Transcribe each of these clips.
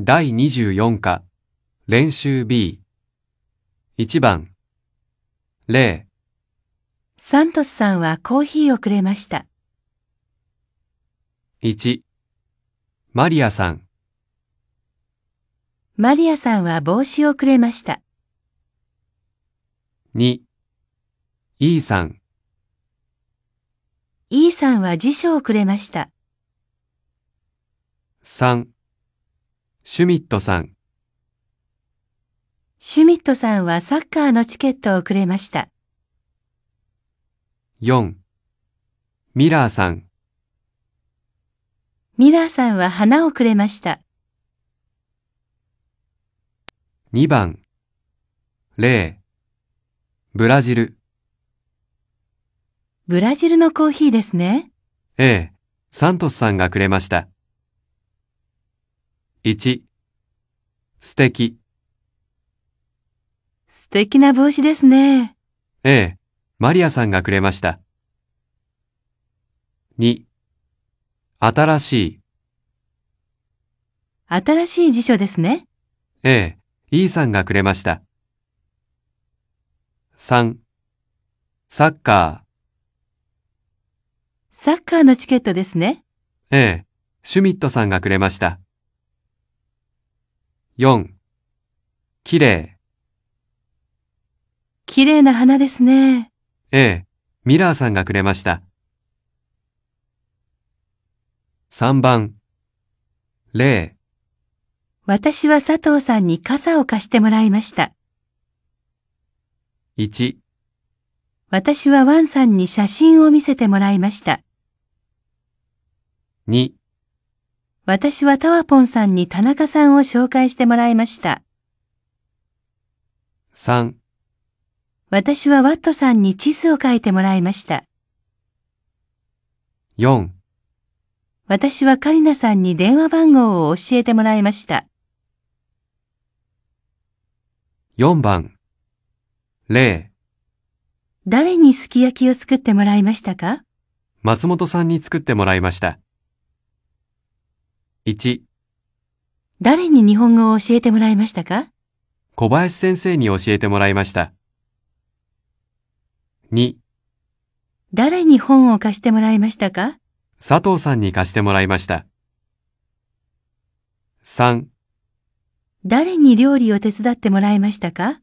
第24課、練習 B。1番、0、サントスさんはコーヒーをくれました。 1。マリアさん、マリアさんは帽子をくれました。 2。E さん、 E さんは辞書をくれました。 3。シュミットさん、シュミットさんはサッカーのチケットをくれました。 4。ミラーさん、ミラーさんは花をくれました。 2番、0。ブラジル、ブラジルのコーヒーですね。 A、サントスさんがくれました。1。素敵、素敵な帽子ですね。 A、マリアさんがくれました。2、新しい、新しい辞書ですね。 A、E さんがくれました。3、サッカサッカーのチケットですね。ー、A、シュミットさんがくれました。4、綺麗、綺麗な花ですね。 A、ミラーさんがくれました。3番、0、私は佐藤さんに傘を貸してもらいました。 1、私はワンさんに写真を見せてもらいました。 2、私はタワポンさんに田中さんを紹介してもらいました。 3、私はワットさんに地図を書いてもらいました。 4、私はカリナさんに電話番号を教えてもらいました。 4番。0、誰にすき焼きを作ってもらいましたか松本さんに作ってもらいました。1、誰に日本語を教えてもらいましたか小林先生に教えてもらいました。2、誰に本を貸してもらいましたか佐藤さんに貸してもらいました。3、誰に料理を手伝ってもらいましたか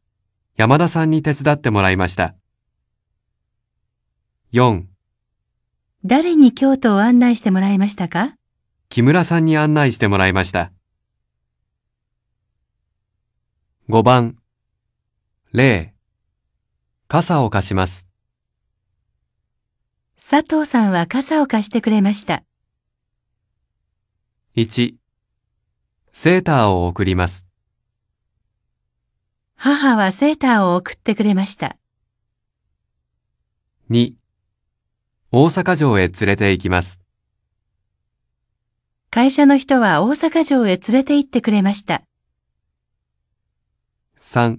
山田さんに手伝ってもらいました。4、誰に京都を案内してもらいましたか木村さんに案内してもらいました。5番。0、傘を貸します。佐藤さんは傘を貸してくれました。 1セーターを送ります。母はセーターを送ってくれました。 2大阪城へ連れて行きます。会社の人は大阪城へ連れて行ってくれました。 3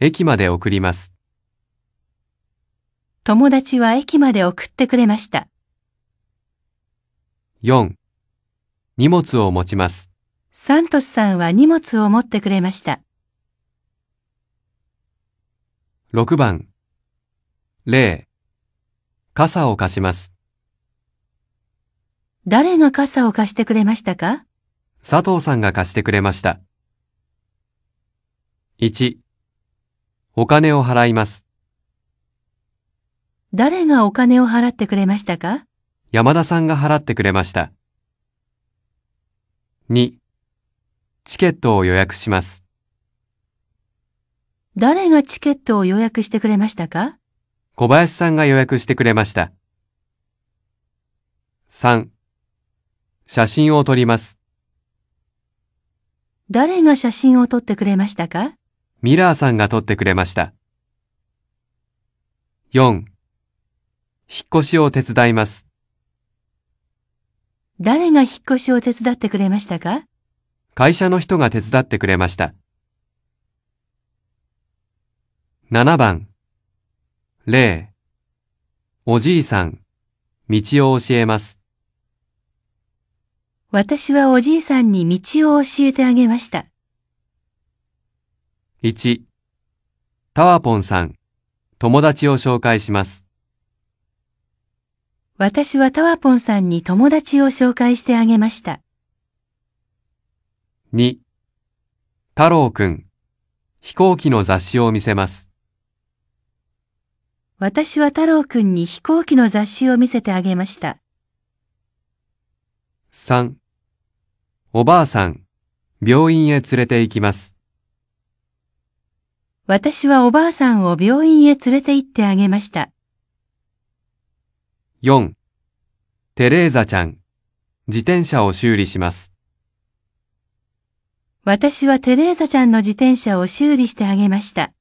駅まで送ります。友達は駅まで送ってくれました。 4荷物を持ちます。サントスさんは荷物を持ってくれました。 6番0傘を貸します。誰が傘を貸してくれましたか佐藤さんが貸してくれました。1お金を払います。誰がお金を払ってくれましたか山田さんが払ってくれました。2チケットを予約します。誰がチケットを予約してくれましたか小林さんが予約してくれました。3. 写真を撮ります。誰が写真を撮ってくれましたかミラーさんが撮ってくれました。4. 引っ越しを手伝います。誰が引っ越しを手伝ってくれましたか会社の人が手伝ってくれました。7番。0. おじいさん、道を教えます。私はおじいさんに道を教えてあげました。 1、タワポンさん、友達を紹介します。私はタワポンさんに友達を紹介してあげました。 2、太郎くん、飛行機の雑誌を見せます。私は太郎くんに飛行機の雑誌を見せてあげました。 3、おばあさん、病院へ連れて行きます。私はおばあさんを病院へ連れて行ってあげました。 4、テレーザちゃん、自転車を修理します。私はテレーザちゃんの自転車を修理してあげました。